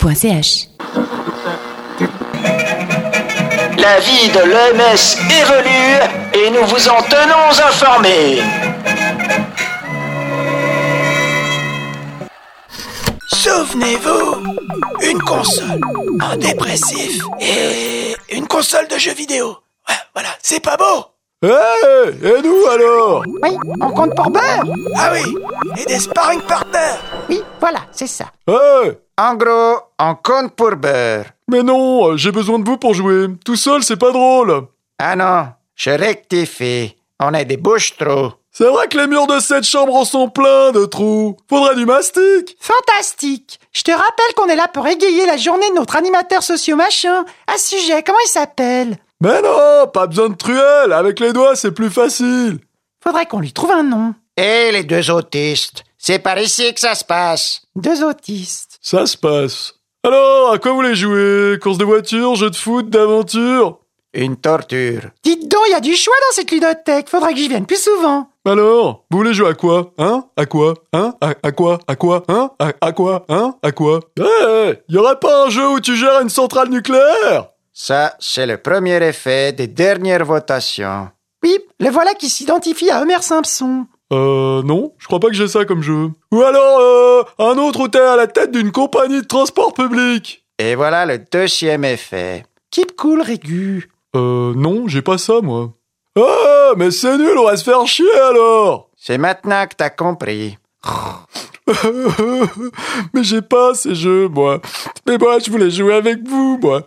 radiovostok.ch. La vie de l'EMS évolue et nous vous en tenons informés. Souvenez-vous, une console, un dépressif et une console de jeux vidéo. Ouais, voilà, c'est pas beau Hé Et nous alors Oui, on compte pour beurre Ah oui, et des sparring partners Oui, voilà, c'est ça. Hé En gros, on compte pour beurre. Mais non, euh, j'ai besoin de vous pour jouer. Tout seul, c'est pas drôle. Ah non, je rectifie. On est des bouches trous. C'est vrai que les murs de cette chambre en sont pleins de trous. Faudrait du mastic. Fantastique Je te rappelle qu'on est là pour égayer la journée de notre animateur socio-machin. À ce sujet, comment il s'appelle Mais non, pas besoin de truelle. Avec les doigts, c'est plus facile. Faudrait qu'on lui trouve un nom. Et les deux autistes. C'est par ici que ça se passe. Deux autistes. Ça se passe. Alors, à quoi vous voulez jouer Course de voiture, jeu de foot, d'aventure Une torture. Dites donc, il y a du choix dans cette ludothèque. Faudrait que j'y vienne plus souvent. Alors, vous voulez jouer à quoi Hein À quoi Hein à, à quoi À quoi Hein à, à quoi Hein À quoi Hé Y aura pas un jeu où tu gères une centrale nucléaire Ça, c'est le premier effet des dernières votations. Oui, le voilà qui s'identifie à Homer Simpson. Euh, non, je crois pas que j'ai ça comme jeu. Ou alors, euh, un autre où t'es à la tête d'une compagnie de transport public Et voilà le deuxième effet. Keep cool, Régu. Euh, non, j'ai pas ça, moi. Ah, mais c'est nul, on va se faire chier alors C'est maintenant que t'as compris. Mais j'ai pas ces jeux, moi. Mais moi, je voulais jouer avec vous, moi.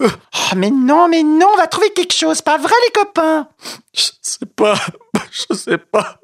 Oh, mais non, mais non, on va trouver quelque chose. Pas vrai, les copains Je sais pas, je sais pas.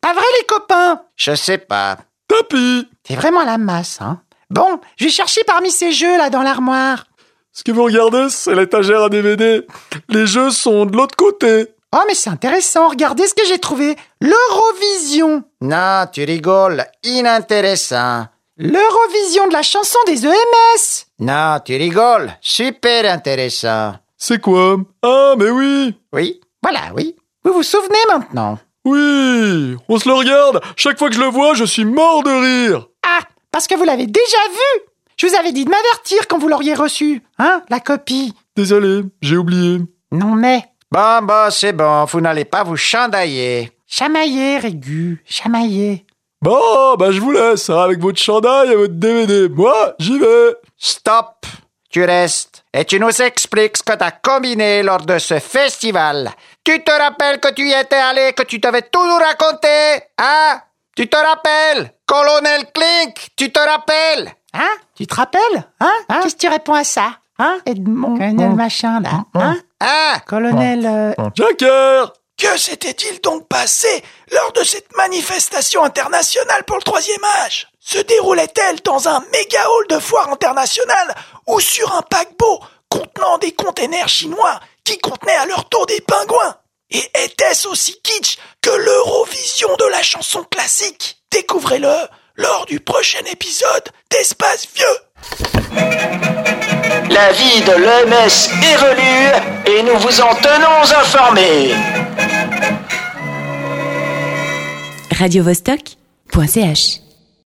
Pas vrai, les copains Je sais pas. Tapis T'es vraiment à la masse, hein Bon, je vais chercher parmi ces jeux, là, dans l'armoire. Ce que vous regardez, c'est l'étagère à DVD. Les jeux sont de l'autre côté. Oh, mais c'est intéressant. Regardez ce que j'ai trouvé. L'Eurovision. Non, tu rigoles. Inintéressant. L'Eurovision de la chanson des E EMS. Non, tu rigoles. Super intéressant. C'est quoi Ah, mais oui Oui, Voilà, oui. Vous vous souvenez maintenant Oui On se le regarde Chaque fois que je le vois, je suis mort de rire Ah, parce que vous l'avez déjà vu Je vous avais dit de m'avertir quand vous l'auriez reçu, hein, la copie. Désolé, j'ai oublié. Non mais, Bon, bon, c'est bon, vous n'allez pas vous chandailler. chamaillé, Régu, chamaillé. Bon, bah je vous laisse, hein, avec votre chandail et votre DVD. Moi, j'y vais Stop, tu restes et tu nous expliques ce que t'as combiné lors de ce festival. Tu te rappelles que tu y étais allé, que tu t'avais tout nous raconté, hein Tu te rappelles Colonel Clink, tu te rappelles Hein Tu te rappelles Hein, Qu'est-ce que tu réponds à ça Hein Edmond, colonel machin, là. Hein Hein Colonel... euh, Joker Que s'était-il donc passé lors de cette manifestation internationale pour le troisième âge Se déroulait-elle dans un méga hall de foire internationale ou sur un paquebot contenant des containers chinois qui contenaient à leur tour des pingouins Et était-ce aussi kitsch que l'Eurovision de la chanson classique Découvrez-le lors du prochain épisode d'Espace Vieux La vie de l'EMS évolue et nous vous en tenons informés radiovostok.ch